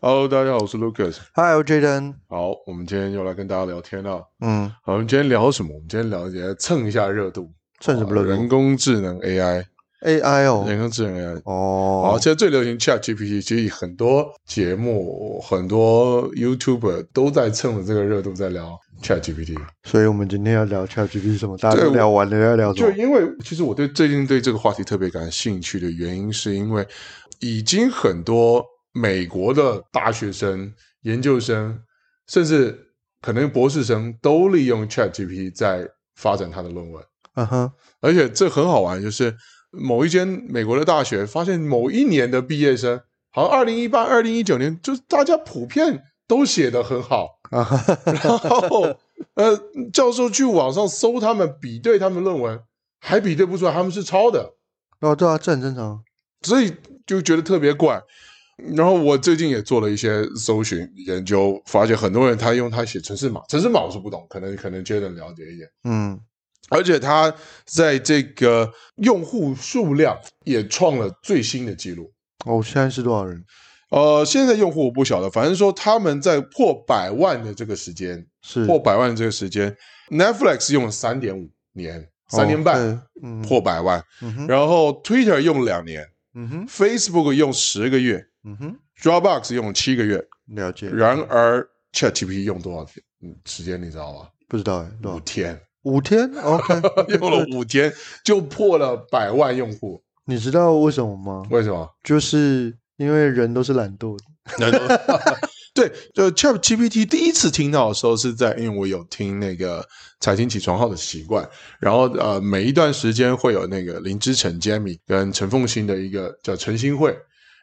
Hello，大家好，我是 Lucas。 Hi，我 Jaden。好，我们今天又来跟大家聊天了。嗯，好，我们今天聊什么？我们今天聊一些蹭一下热度，算什么了？哦人工智能 AI， AI 人哦。工智能 AI。好，哦，现在最流行 Chat GPT，其实很多节目、很多 YouTuber 都在蹭着这个热度在聊 Chat GPT。所以我们今天要聊 ChatGPT 什么？大家对都我聊完了，要聊什就么？因为其实我对最近对这个话题特别感兴趣的原因，是因为已经很多美国的大学生、研究生，甚至可能博士生都利用 ChatGPT 在发展他的论文，嗯哼，而且这很好玩，就是某一间美国的大学发现某一年的毕业生，好像二零一八、二零一九年，就是大家普遍都写得很好，啊哈，然后呃，教授去网上搜他们，比对他们论文，还比对不出来他们是抄的，哦，对啊，这很正常。所以就觉得特别怪。然后我最近也做了一些搜寻研究，发现很多人他用他写城市码，城市码我是不懂，可能可能 j a 了解一点。嗯，而且他在这个用户数量也创了最新的记录。哦，现在是多少人？呃，现在用户我不晓得，反正说他们在破百万的这个时间，是哦破百万的这个时间，Netflix 用了三点五年，三年半、哦对嗯，破百万，嗯哼，然后 Twitter 用两年嗯哼， ，Facebook 用十个月嗯哼， ，Dropbox 用七个月，了解。然而 ChatGPT 用多少天嗯时间你知道吗？不知道哎，多五少？天，。五天？OK 用了五天就破了百万用户，你知道为什么吗？为什么？就是因为人都是懒惰的。 对，就 Chat GPT 第一次听到的时候是在，因为我有听那个财经起床号的习惯，然后呃，每一段时间会有那个林之晨、Jamie 跟陈凤新的一个叫晨星会，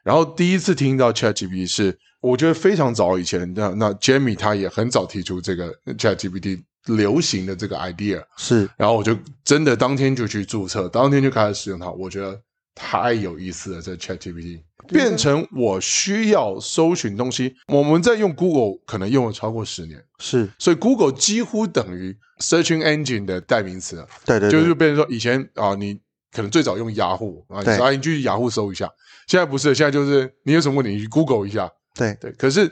然后第一次听到 Chat GPT 是我觉得非常早以前，那那 Jamie 他也很早提出这个 Chat GPT 流行的这个 idea，是，然后我就真的当天就去注册，当天就开始使用它，我觉得太有意思了，这 ChatGPT 变成我需要搜寻东西，我们在用 Google 可能用了超过十年，是，所以 Google 几乎等于 searching engine 的代名词了，对对，就对是变成说以前啊，你可能最早用雅虎啊，你对说啊你去雅虎搜一下，现在不是，现在就是你有什么问题你去 Google 一下，对，对，可是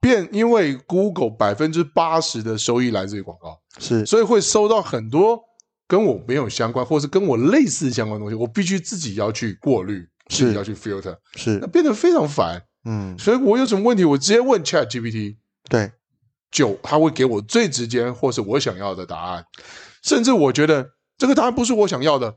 变因为 Google 百分之八十的收益来自于广告。是，所以会收到很多跟我没有相关，或是跟我类似相关的东西，我必须自己要去过滤，是自己要去 filter，那是，变得非常烦。嗯，所以我有什么问题，我直接问 Chat GPT 对，九，它会给我最直接或是我想要的答案，甚至我觉得这个答案不是我想要的，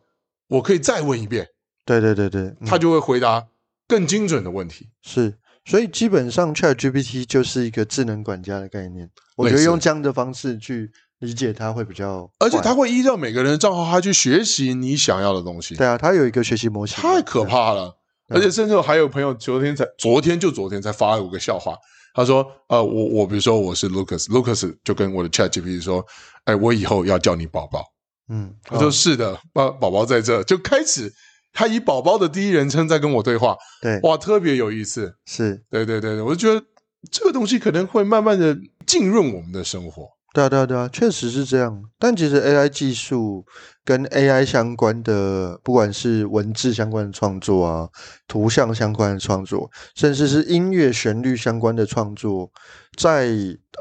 我可以再问一遍，对对对对，嗯它就会回答更精准的问题。是，所以基本上 ChatGPT 就是一个智能管家的概念。我觉类似得用这样的方式去理解它会比较快，而且它会依照每个人的账号，它去学习你想要的东西。对啊，它有一个学习模型嘛，太可怕了。对啊而且甚至还有朋友昨天才，昨天就昨天才发了我个笑话，他说：“呃，我我比如说我是 Lucas，Lucas 就跟我的 Chat GPT 说，哎，我以后要叫你宝宝。”嗯，我说：“哦是的，宝宝宝在这。”就开始他以宝宝的第一人称在跟我对话，哦对，哇，特别有意思。是，对对对对，我就觉得这个东西可能会慢慢的浸润我们的生活。对啊，对啊，对啊，确实是这样。但其实 AI 技术跟 AI 相关的，不管是文字相关的创作啊，图像相关的创作，甚至是音乐旋律相关的创作，在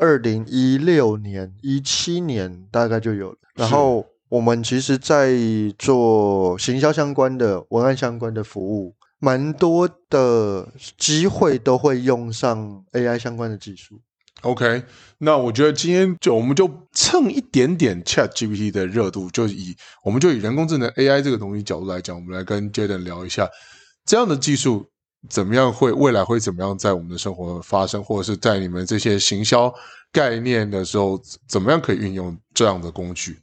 二零一六年、一七年大概就有了。然是后我们其实，在做行销相关的、文案相关的服务，蛮多的机会都会用上 AI 相关的技术。 OK，那我觉得今天就我们就蹭一点点 Chat GPT 的热度，就以我们就以人工智能 AI 这个东西角度来讲，我们来跟 Jaden 聊一下这样的技术怎么样会未来会怎么样在我们的生活发生，或者是在你们这些行销概念的时候，怎么样可以运用这样的工具？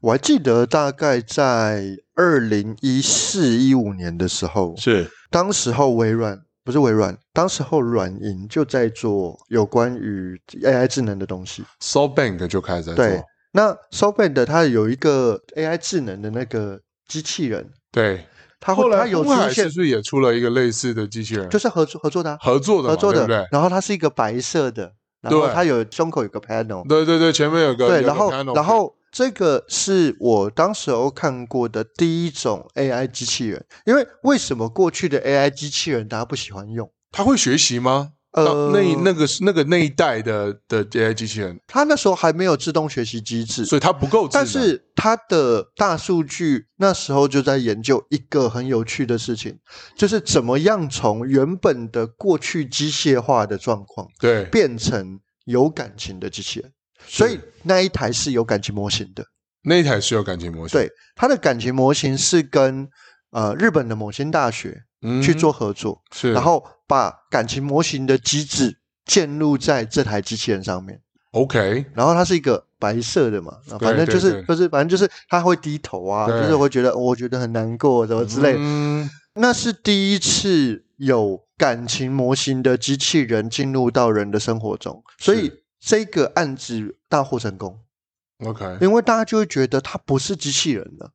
我还记得大概在二零一四一五年的时候，是当时候微软不是微软，当时候软银就在做有关于 AI 智能的东西。 SoftBank 就开始在对做，，那 SoftBank 它有一个 AI 智能的那个机器人，对。它后会它来有红出海是现不，是也出了一个类似的机器人？就是合作合作的啊、合作的嘛，合作的，对不对？然后它是一个白色的，然后对它有胸口有个 panel，对对对，前面有个有对，个然后 panel 然后这个是我当时候看过的第一种 AI 机器人，因为为什么过去的 AI 机器人大家不喜欢用？他会学习吗？那呃，那那个是那个那一代的的 AI 机器人，他那时候还没有自动学习机制，所以它不够智能。但是他的大数据那时候就在研究一个很有趣的事情，就是怎么样从原本的过去机械化的状况对，变成有感情的机器人。是所以那一台是有感情模型的，那一台是有感情模型，对，它的感情模型是跟呃日本的某些大学嗯去做合作，是，然后把感情模型的机制建入在这台机器人上面。 OK，然后它是一个白色的嘛，那反正就是对对不是，反正就是它会低头啊，对就是会觉得、哦我觉得很难过什么之类的。嗯那是第一次有感情模型的机器人进入到人的生活中，所以是这个案子大获成功， ，OK，嗯因为大家就会觉得它不是机器人了。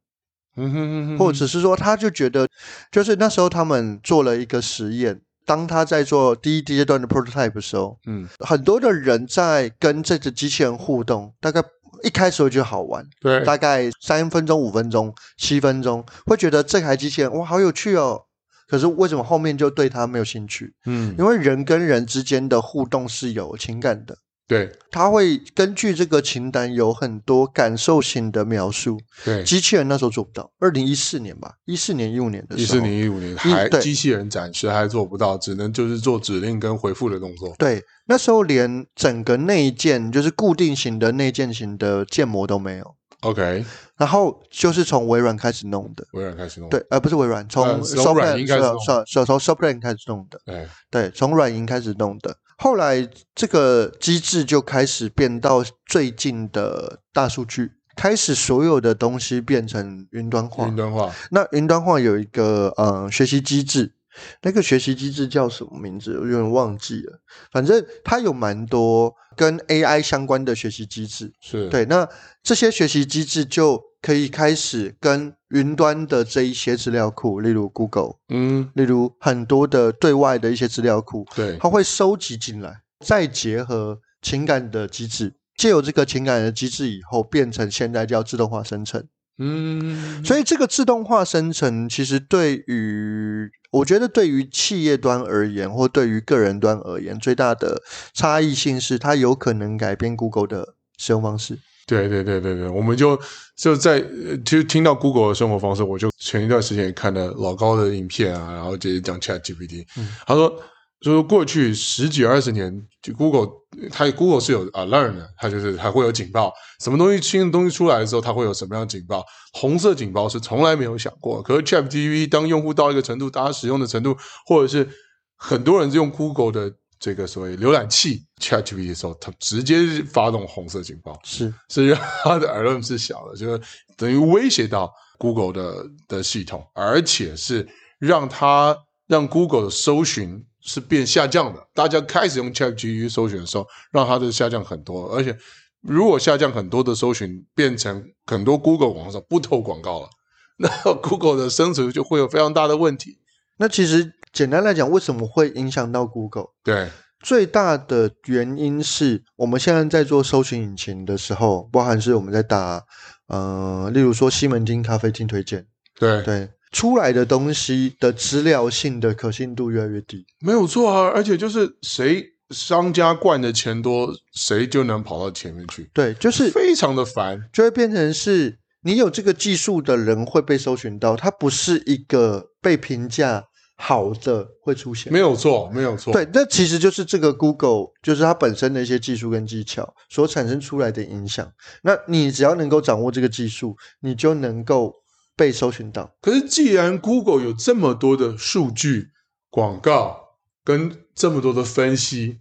嗯哼哼哼，或者是说他就觉得，就是那时候他们做了一个实验，当他在做第一阶段的 prototype 的时候，嗯，很多的人在跟这只机器人互动，大概一开始会觉得好玩，对，大概三分钟、五分钟、七分钟，会觉得这台机器人哇好有趣哦。可是为什么后面就对它没有兴趣？嗯因，为人跟人之间的互动是有情感的，对它会根据这个情感有很多感受型的描述。对，机器人那时候做不到，二零一四年吧，一四年一五年的一时候，嗯四年一五年还对机器人暂时还做不到，只能就是做指令跟回复的动作。对，那时候连整个内建就是固定型的内建型的建模都没有， OK，然后就是从微软开始弄的，微软开始弄。对，呃，不是微软，从哦呃从 Softplane- 软银开始弄是啊是啊从 Softplane 开始弄的，对，对，从软银开始弄的，后来这个机制就开始变到最近的大数据。开始所有的东西变成云端化，云端化那云端化有一个嗯学习机制，那个学习机制叫什么名字？我有点忘记了。反正它有蛮多跟 AI 相关的学习机制。是，对，那这些学习机制就可以开始跟云端的这一些资料库，例如 Google，嗯，例如很多的对外的一些资料库，对，它会收集进来，再结合情感的机制，借由这个情感的机制以后，变成现在叫自动化生成。嗯，所以这个自动化生成，其实对于我觉得对于企业端而言，或对于个人端而言，最大的差异性是它有可能改变 Google 的使用方式。对对对对对，我们就就在呃就听到 Google 的生活方式，我就前一段时间也看了老高的影片啊，然后直接讲 Chat GPT，、嗯他说就是过去十几二十年，就 Google 它 Google 是有 alert 的，它就是还会有警报，什么东西新的东西出来的时候，它会有什么样的警报，红色警报是从来没有想过，可是 Chat GPT 当用户到一个程度，大家使用的程度，或者是很多人用 Google 的。这个所谓浏览器 ChatGPT 的时候，它直接发动红色警报，是是让他的 alarm 是小的，就是等于威胁到 Google 的的系统，而且是让它让 Google 的搜寻是变下降的。大家开始用 ChatGPT 搜寻的时候，让它的下降很多，而且如果下降很多的搜寻，变成很多 Google 网上不投广告了，那 Google 的生存就会有非常大的问题。那其实简单来讲，为什么会影响到 Google？对，最大的原因是我们现在在做搜寻引擎的时候，包含是我们在打，呃，例如说西门町咖啡厅推荐，对，对出来的东西的资料性的可信度越来越低。没有错啊，而且就是谁商家灌的钱多，谁就能跑到前面去，对，就是非常的烦。就会变成是你有这个技术的人会被搜寻到，它不是一个被评价好的会出现没。有错，没有错。对，那其实就是这个 Google，就是它本身的一些技术跟技巧所产生出来的影响。那你只要能够掌握这个技术，你就能够被搜寻到。可是既然 Google 有这么多的数据、广告跟这么多的分析，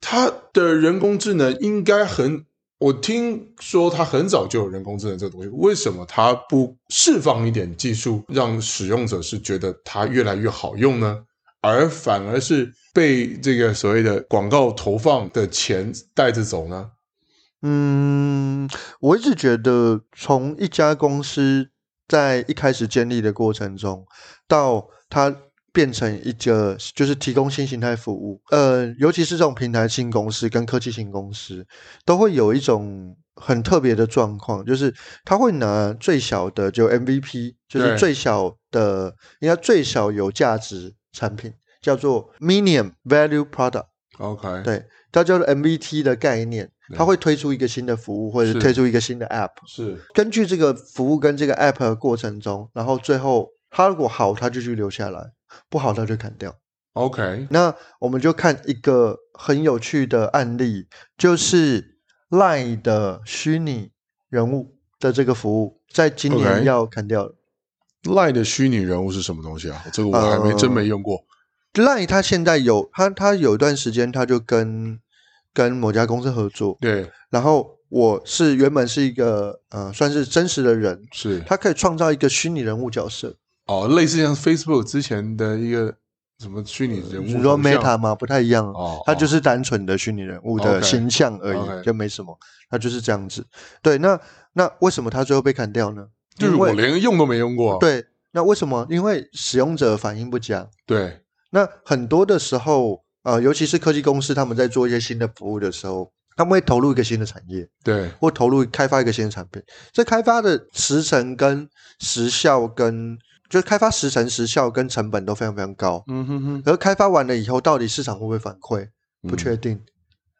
它的人工智能应该很……我听说它很早就有人工智能这个东西，为什么它不释放一点技术，让使用者是觉得它越来越好用呢？而反而是被这个所谓的广告投放的钱带着走呢？嗯，我一直觉得，从一家公司在一开始建立的过程中，到它变成一个就是提供新形态服务，呃，尤其是这种平台型公司跟科技型公司，都会有一种很特别的状况，就是他会拿最小的就 MVP，就是对最小的，应该最小有价值产品，叫做 minimum value product。 OK，对，它叫做 MVT 的概念，它会推出一个新的服务或者是推出一个新的 App。是根据这个服务跟这个 App 的过程中，然后最后它如果好，它就去留下来；不好，它就砍掉。 OK，那我们就看一个很有趣的案例，就是 LINE 的虚拟人物的这个服务，在今年 OK 要砍掉了。赖的虚拟人物是什么东西啊？这个我还没、呃真没用过。 LINE 它现在有它它有一段时间，它就跟跟某家公司合作，对，然后我是原本是一个呃算是真实的人，是他可以创造一个虚拟人物角色，哦，类似像 Facebook 之前的一个什么虚拟人物头像，你说呃 Meta 吗？不太一样哦，它就是单纯的虚拟人物的 OK，形象而已， OK 就没什么，它就是这样子。对，那那为什么它最后被砍掉呢？就是因我为连用都没用过。对，那为什么？因为使用者反应不佳。对那很多的时候，呃，尤其是科技公司，他们在做一些新的服务的时候，他们会投入一个新的产业，对或投入开发一个新的产品。这开发的时程跟时效跟就是开发时程、时效跟成本都非常非常高。嗯哼哼，而开发完了以后，到底市场会不会反馈，嗯不确定。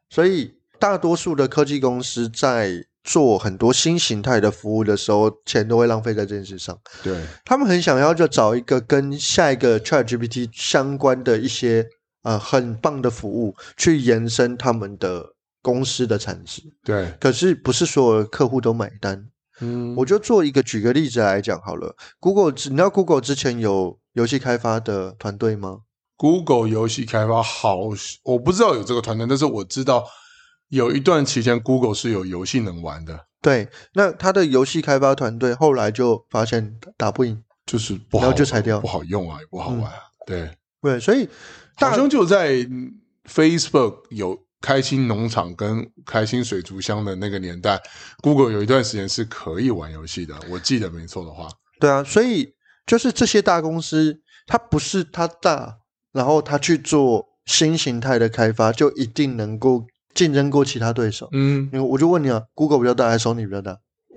所以，大多数的科技公司在做很多新形态的服务的时候，钱都会浪费在这件事上。对他们很想要就找一个跟下一个 ChatGPT 相关的一些呃很棒的服务，去延伸他们的公司的产值。对，可是，不是所有的客户都买单。嗯我就做一个举个例子来讲好了。Google，之你知道 Google 之前有游戏开发的团队吗？ Google 游戏开发好，我不知道有这个团队，但是我知道有一段期间 Google 是有游戏能玩的，对，那他的游戏开发团队后来就发现打不赢，就是不好，然后就裁掉嗯不好用啊，也不好玩啊。对，对，所以好大像就在嗯 Facebook 有开心农场跟开心水族箱的那个年代，Google 有一段时间是可以玩游戏的，我记得没错的话，对啊，所以就是这些大公司，它不是它大，然后它去做新形态的开发，就一定能够竞争过其他对手。嗯，因为我就问你啊，Google 比较大还是 Sony 比较大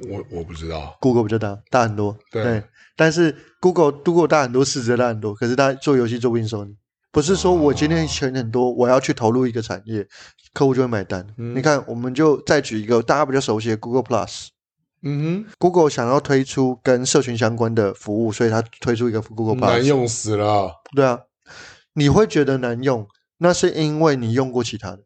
我我不知道， ？Google 比较大，大很多。对但是 Google Google 大很多，市值大很多，可是它做游戏做不赢 Sony。不是说我今天钱很多，我要去投入一个产业，客户就会买单。嗯你看，我们就再举一个大家比较熟悉的 Google Plus。嗯 Google 想要推出跟社群相关的服务，所以它推出一个 Google 哼，难 Plus。用死了，对啊，你会觉得难用，那是因为你用过其他的。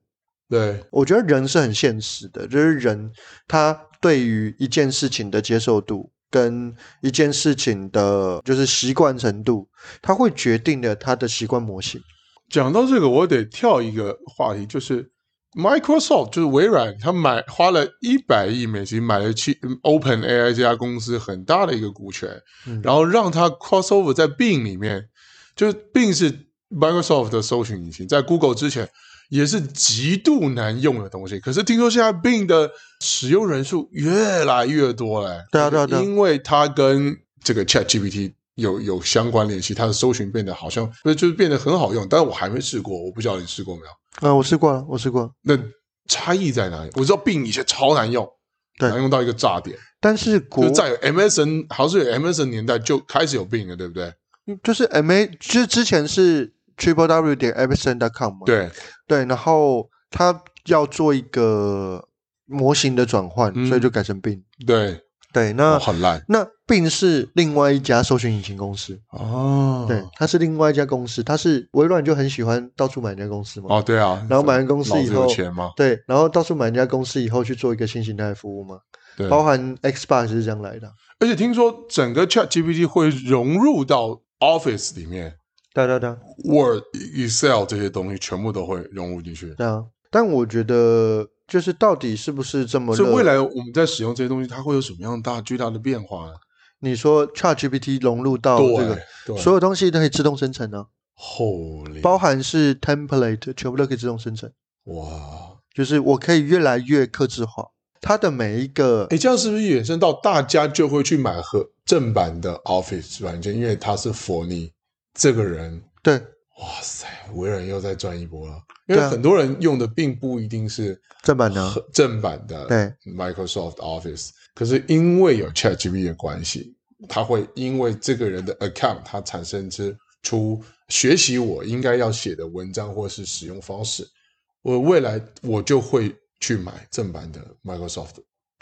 对，我觉得人是很现实的，就是人他对于一件事情的接受度跟一件事情的，就是习惯程度，它会决定了他的习惯模型。讲到这个，我得跳一个话题，就是 Microsoft 就是微软，它买花了一百亿美金买了去 Open AI 这家公司很大的一个股权，嗯然后让它 crossover 在 Bing 里面，就是 Bing 是 Microsoft 的搜寻引擎，在 Google 之前也是极度难用的东西，可是听说现在 Bing 的使用人数越来越多嘞，对啊对啊对啊因为它跟这个 Chat GPT 有有相关联系，它的搜寻变得好像不是就是变得很好用，但是我还没试过，我不知道你试过没有？嗯、我试过了，我试过了。那差异在哪里？我知道 Bing 以前超难用，对难用到一个炸点，但是国就是在有 MSN 好像是有 MSN 年代就开始有 Bing 了，对不对？就是 M A，就是之前是 triple w 点 e p i c e n com 嘛，对，对，然后他要做一个模型的转换，嗯所以就改成 Bing。对，对，那、哦很烂那 Bing 是另外一家搜寻引擎公司，哦对，它是另外一家公司，它是微软就很喜欢到处买人家公司嘛，哦，对啊，然后买完公司老以子有后钱嘛，对，然后到处买人家公司以后去做一个新形态的服务嘛，对，包含 Xbox 是这样来的，而且听说整个 Chat GPT 会融入到 Office 里面对对对， ，Word、Excel 这些东西全部都会融入进去。对啊，但我觉得就是到底是不是这么所以热未来我们在使用这些东西，它会有什么样大巨大的变化呢？你说 ChatGPT 融入到哦这对个，对，所有东西都可以自动生成呢、 Holy 包含是 template 全部都可以自动生成，哇！就是我可以越来越克制化它的每一个哎，这样是不是衍生到大家就会去买和正版的 Office 软件，因为它是 for 你这个人？对哇塞，微软又在赚一波了，因对啊为很多人用的并不一定是正版啊呢，很正版的对 Microsoft Office，可是因为有 ChatGPT 的关系，它会因为这个人的 account，它产生之出学习我应该要写的文章或是使用方式，我未来我就会去买正版的 Microsoft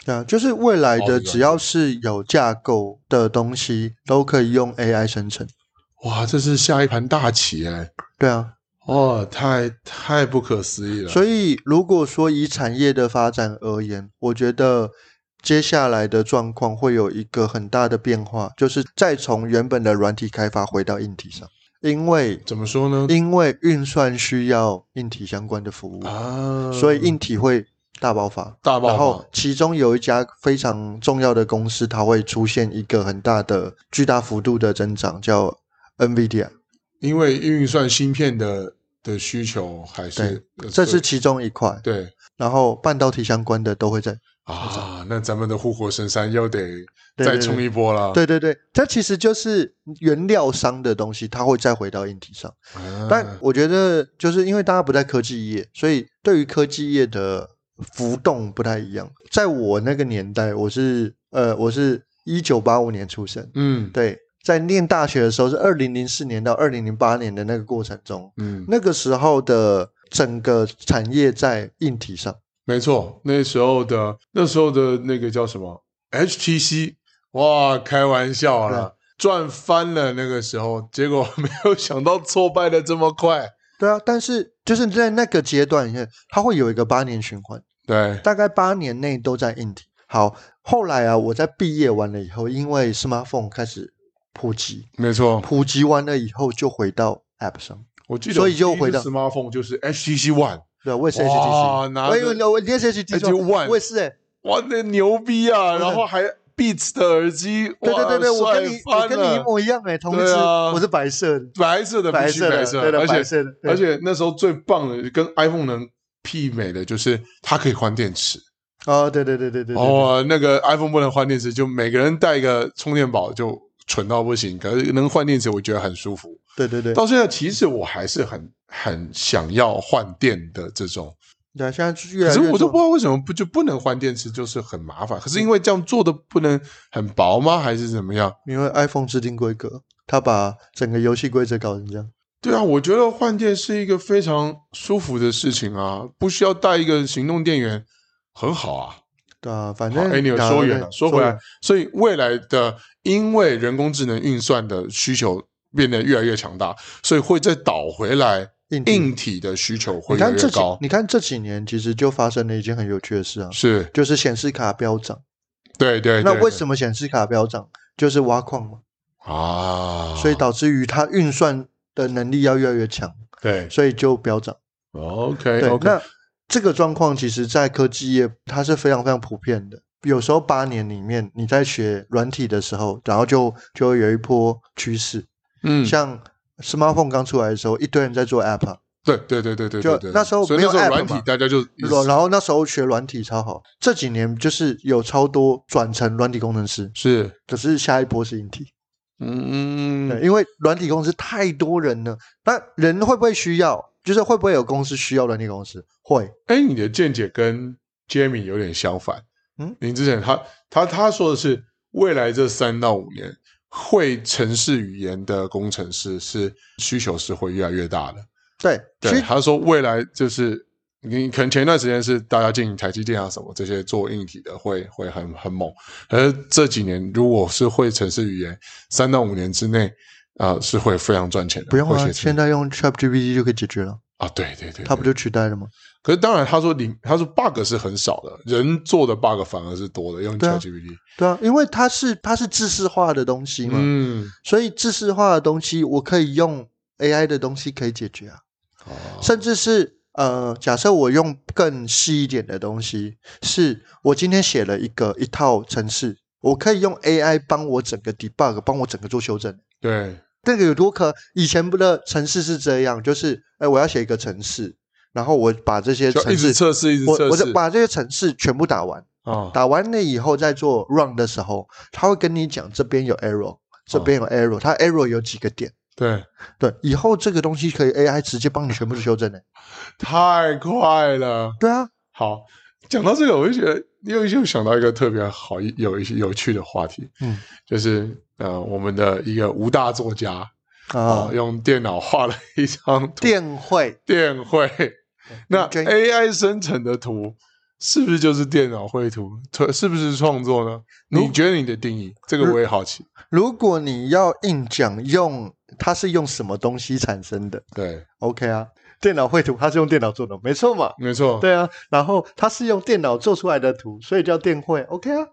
对啊，就是未来哦的对只要是有架构的东西，都可以用 AI 生成。哇，这是下一盘大棋哎！对啊，哦，太太不可思议了。所以以如果说以产业的发展而言，我觉得接下来的状况会有一个很大的变化，就是再从原本的软体开发回到硬体上，因为怎么说呢？因为运算需要硬体相关的服务，啊，所以硬体会大爆发。大爆然后发，其中有一家非常重要的公司，它会出现一个很大的、巨大幅度的增长，叫 NVIDIA，因为运算芯片的的需求还是呃这是其中一块。对然后半导体相关的都会在。啊，那咱们的护国神山又得对再对冲一波了。对对对，它其实就是原料商的东西，它会再回到硬体上。啊，但我觉得，就是因为大家不在科技业，所以对于科技业的浮动不太一样。在我那个年代，我是呃，我是一九八五年出生，嗯对，在念大学的时候是二零零四年到二零零八年的那个过程中，嗯，那个时候的整个产业在硬体上，没错，那时候的那时候的那个叫什么 HTC，哇，开玩笑对啊了，赚翻了那个时候，结果 没有想到挫败的这么快。对啊，但是就是在那个阶段，你看它会有一个八年循环，对，大概八年内都在硬体。好，后来啊，我在毕业完了以后，因为 smartphone 开始普及，没错，普及完了以后就回到 app 上。我记得所以就回到 smartphone 就是 HTC One，对啊，我也是哇 HTC，拿着我也有我也是 HTC，就 One 我也是哎、哇，那牛逼啊！真的然后还 Beats 的耳机，对对对对，哇我跟你帅我翻跟你一了模一样哎、同一对只，啊我是白色的，白色的，白不是色的，白色对的，而白且色的，对而且那时候最棒的，跟 iPhone 能媲美的就是它可以换电池。哦，对对对对对，对，哦，那个 iPhone 不能换电池，就每个人带一个充电宝就蠢到不行。可是能换电池，我觉得很舒服。对对对，到现在，其实我还是很很想要换电的这种，对啊，现在是越可来是越我都不多知道为什么不就不能换电池，就是很麻烦。可是因为这样做的不能很薄吗？还是怎么样？因为 iPhone 制定规格，它把整个游戏规则搞成这样，对啊，我觉得换电是一个非常舒服的事情啊，不需要带一个行动电源，很好啊。对啊，反好，正哎，你有打说了远那了，说回来远，所以未来的因为人工智能运算的需求变得越来越强大，所以会再倒回来硬体硬体的需求会你越来看这越几高，。你看这几年其实就发生了一件很有趣的事啊，是，就是显示卡飙涨。对对。那为什么么显示卡飙涨？就是挖矿嘛，啊？所以导致于它运算的能力要越来越强，对所以就飙涨。 ，OK 对 OK，那这个状况其实，在科技业它是非常非常普遍的。有时候八年里面，你在学软体的时候，然后就就会有一波趋势，嗯，像 smartphone 刚出来的时候，一堆人在做 app，啊对对对对对就对对。那时候所以没那时有候 app 软体嘛大家就然后那时候学软体超好。这几年就是有超多转成软体工程师，是，可是下一波是硬体，嗯对，因为软体公司太多人了，那人会不会需要？就是会不会有公司需要软体公司？会，哎，你的见解跟 Jamie 有点相反。嗯，林志前他他他说的是，未来这三到五年，会城市语言的工程师是需求是会越来越大的。对，其对，实他说未来就是你可能前一段时间是大家进台积电啊什么这些做硬体的会会很很猛，可是这几年如果是会城市语言，三到五年之内啊、呃是会非常赚钱的。不用会啊，写成现在用 ChatGPT 就可以解决了，啊，对对对，它对不就取代了吗？可是当然，他说零，他说 bug 是很少的，人做的 bug 反而是多的，用对啊 ChatGPT。对啊，因为它是它是知识化的东西嘛，嗯，所以知识化的东西我可以用 AI 的东西可以解决啊，哦甚至是呃，假设我用更细一点的东西，是我今天写了一个一套程式，我可以用 AI 帮我整个 debug，帮我整个做修正。对，这个有多可？以前不的程式是这样，就是哎，我要写一个程式，然后我把这些就一程直式，测试，一直我测我试就把这些程式全部打完。啊，打完了以后再做 run 的时候，他会跟你讲这边有 error，这边有 error，它 error 有几个点。对，对，以后这个东西可以 AI 直接帮你全部修正的。太快了。对啊，好，讲到这个，我就觉得又又想到一个特别好有一些有趣的话题，嗯就是呃，我们的一个吴大作家啊、啊用电脑画了一张图电绘电绘，那 J- AI 生成的图是不是就是电脑绘图？图是不是创作呢？如你觉得你的定义？这个我也好奇。如果你要硬讲用，它是用什么东西产生的对， ？OK 啊，电脑绘图它是用电脑做的，没错嘛。没错。对啊，然后它是用电脑做出来的图，所以叫电绘。OK 啊，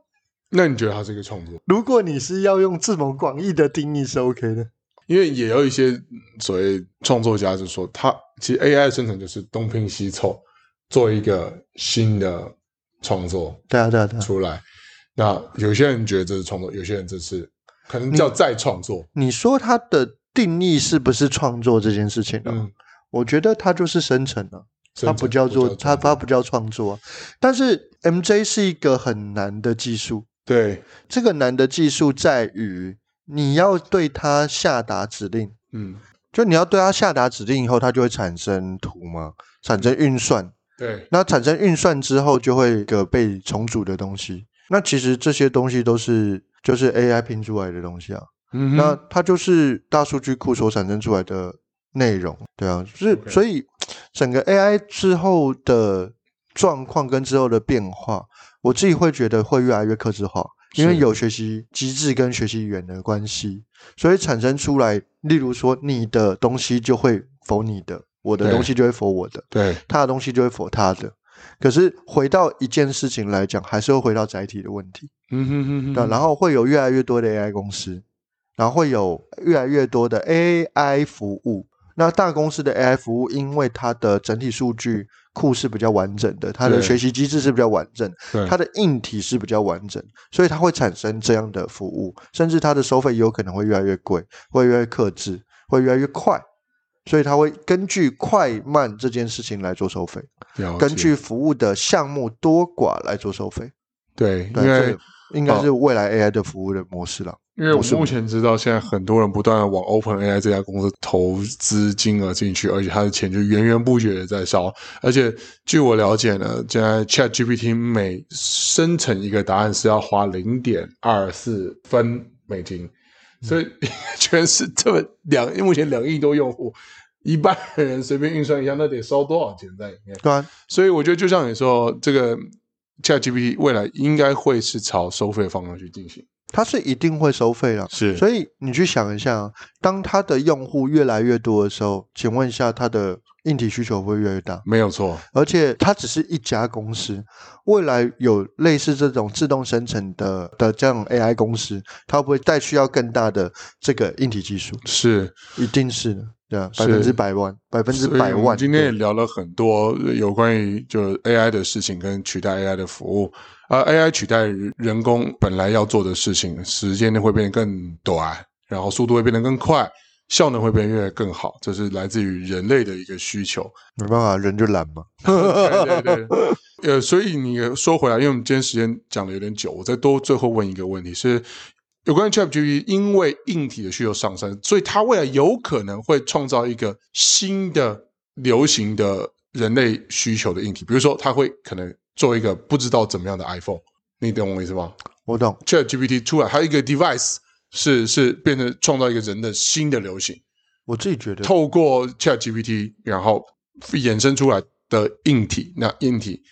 那你觉得它是一个创作？如果你是要用字母广义的定义是 OK 的。因为也有一些嗯所谓创作家就说，他其实 AI 生成就是东拼西凑，做一个新的创作对啊，对啊，对啊。出来。那有些人觉得这是创作，有些人这是可能叫再创作。你说它的定义是不是创作这件事情呢、嗯，我觉得它就是生成了、生它成不叫做它创作它不叫创作啊、但是 MJ 是一个很难的技术，对，这个难的技术在于你要对它下达指令，嗯，就你要对它下达指令以后，它就会产生图嘛，产生运算，对，那产生运算之后，就会有一个被重组的东西。那其实这些东西都是就是 AI 拼出来的东西啊，嗯哼，那它就是大数据库所产生出来的内容，对啊，就是 OK 所以整个 AI 之后的状况跟之后的变化，我自己会觉得会越来越克制化，因为是有学习机制跟学习语言的关系，所以产生出来，例如说你的东西就会否你的，我的对东西就会否我的，对，他的东西就会否他的。可是回到一件事情来讲，还是会回到载体的问题。嗯哼哼哼，对，然后会有越来越多的 AI 公司，然后会有越来越多的 AI 服务。那大公司的 AI 服务，因为它的整体数据库是比较完整的，它的对嗯学习机制是比较完整，对它的硬体是比较完整，所以它会产生这样的服务，甚至它的收费也有可能会越来越贵，会越来越克制，会越来越快，所以它会根据快慢这件事情来做收费，了根解据服务的项目多寡来做收费。对，因对，这为哦个应该是未来 AI 的服务的模式了。因为我模式目前知道，现在很多人不断的往 OpenAI 这家公司投资金额进去，而且他的钱就源源不绝的在烧。而且据我了解呢，现在 ChatGPT 每生成一个答案是要花零点二四分美金，所以 全是这么两目前两亿多用户，一般人随便运算一下，那得烧多少钱在里面？对啊，所以我觉得，就像你说，这个 ChatGPT 未来应该会是朝收费方向去进行。它是一定会收费了。是所以你去想一下啊，当它的用户越来越多的时候，请问一下，它的硬体需求会越来越大。没有错，而且它只是一家公司，未来有类似这种自动生成的的这样 AI 公司，它会不会再需要更大的这个硬体技术？是一定是的，对啊，是百分之百万，百分之所以百我们万。今天也对聊了很多有关于就 AI 的事情跟取代 AI 的服务，而 AI 取代人工本来要做的事情，时间会变得更短，然后速度会变得更快，效能会变得更好，这是来自于人类的一个需求。没办法，人就懒嘛。对对对，呃，所以你说回来，因为我们今天时间讲的有点久，我再多最后问一个问题是。有关于 ChatGPT，因为硬体的需求上升，所以它未来有可能会创造一个新的流行的人类需求的硬体，比如说它会可能做一个不知道怎么样的 iPhone，你懂我意思吗我懂， ？ChatGPT 出来，还有一个 device 是是变成创造一个人的新的流行，我自己觉得透过 ChatGPT，然后衍生出来的硬体，那硬体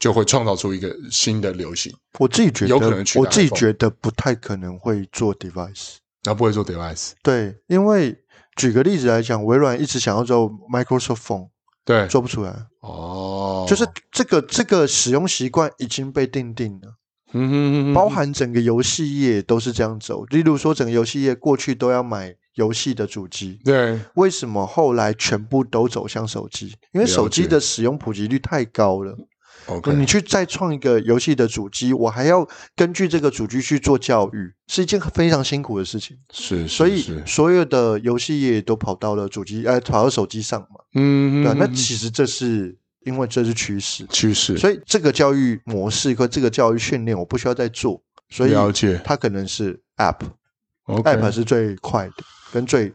就会创造出一个新的流行。我自己觉得，有可能取代我自己 iPhone 觉得不太可能会做 device。然后不会做 device，对，因为举个例子来讲，微软一直想要做 Microsoft Phone，对，做不出来，哦，就是这个这个使用习惯已经被定定了，嗯哼哼哼包含整个游戏业都是这样走。例如说，整个游戏业过去都要买游戏的主机，对，为什么后来全部都走向手机？因为了手机解的使用普及率太高了。 OK，你去再创一个游戏的主机，我还要根据这个主机去做教育，是一件非常辛苦的事情。是，是所以是所有的游戏业都跑到了主机，呃，跑到手机上嘛。嗯，对啊、嗯那嗯其实这是因为这是趋势，趋势，所以这个教育模式和这个教育训练我不需要再做，所以了解它可能是 App，App、 OK，是最快的跟最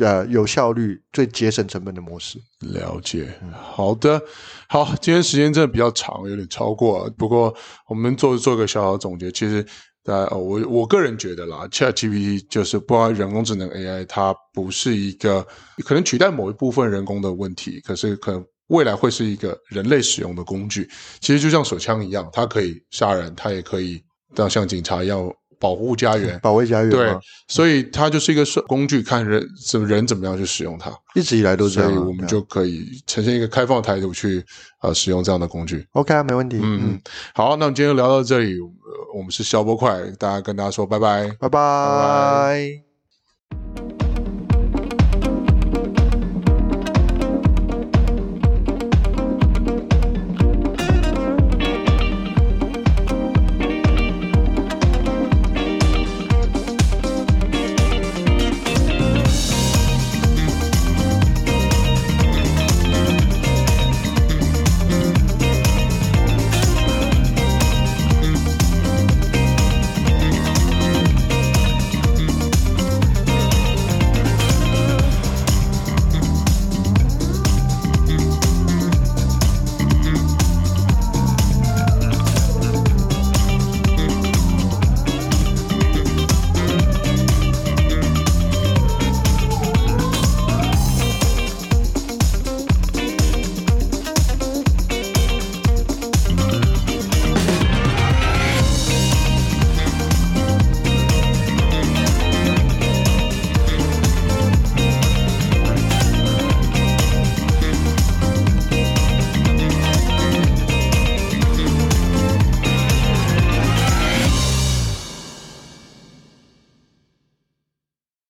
呃有效率、最节省成本的模式。了解，好的，好，今天时间真的比较长，有点超过了。不过我们做做个小小总结，其实，呃，我我个人觉得啦，ChatGPT 就是不管人工智能 AI，它不是一个可能取代某一部分人工的问题，可是可能未来会是一个人类使用的工具。其实就像手枪一样，它可以杀人，它也可以像像警察一样保护家园。保卫家园对嘛，，所以它就是一个手工具，看人怎么人怎么样去使用它，一直以来都这所样以啊。我们对啊就可以呈现一个开放的态度去呃使用这样的工具。 OK 啊，没问题。嗯，嗯嗯，好，那我们今天就聊到这里，呃我们是消波快，大家跟大家说拜拜。拜拜。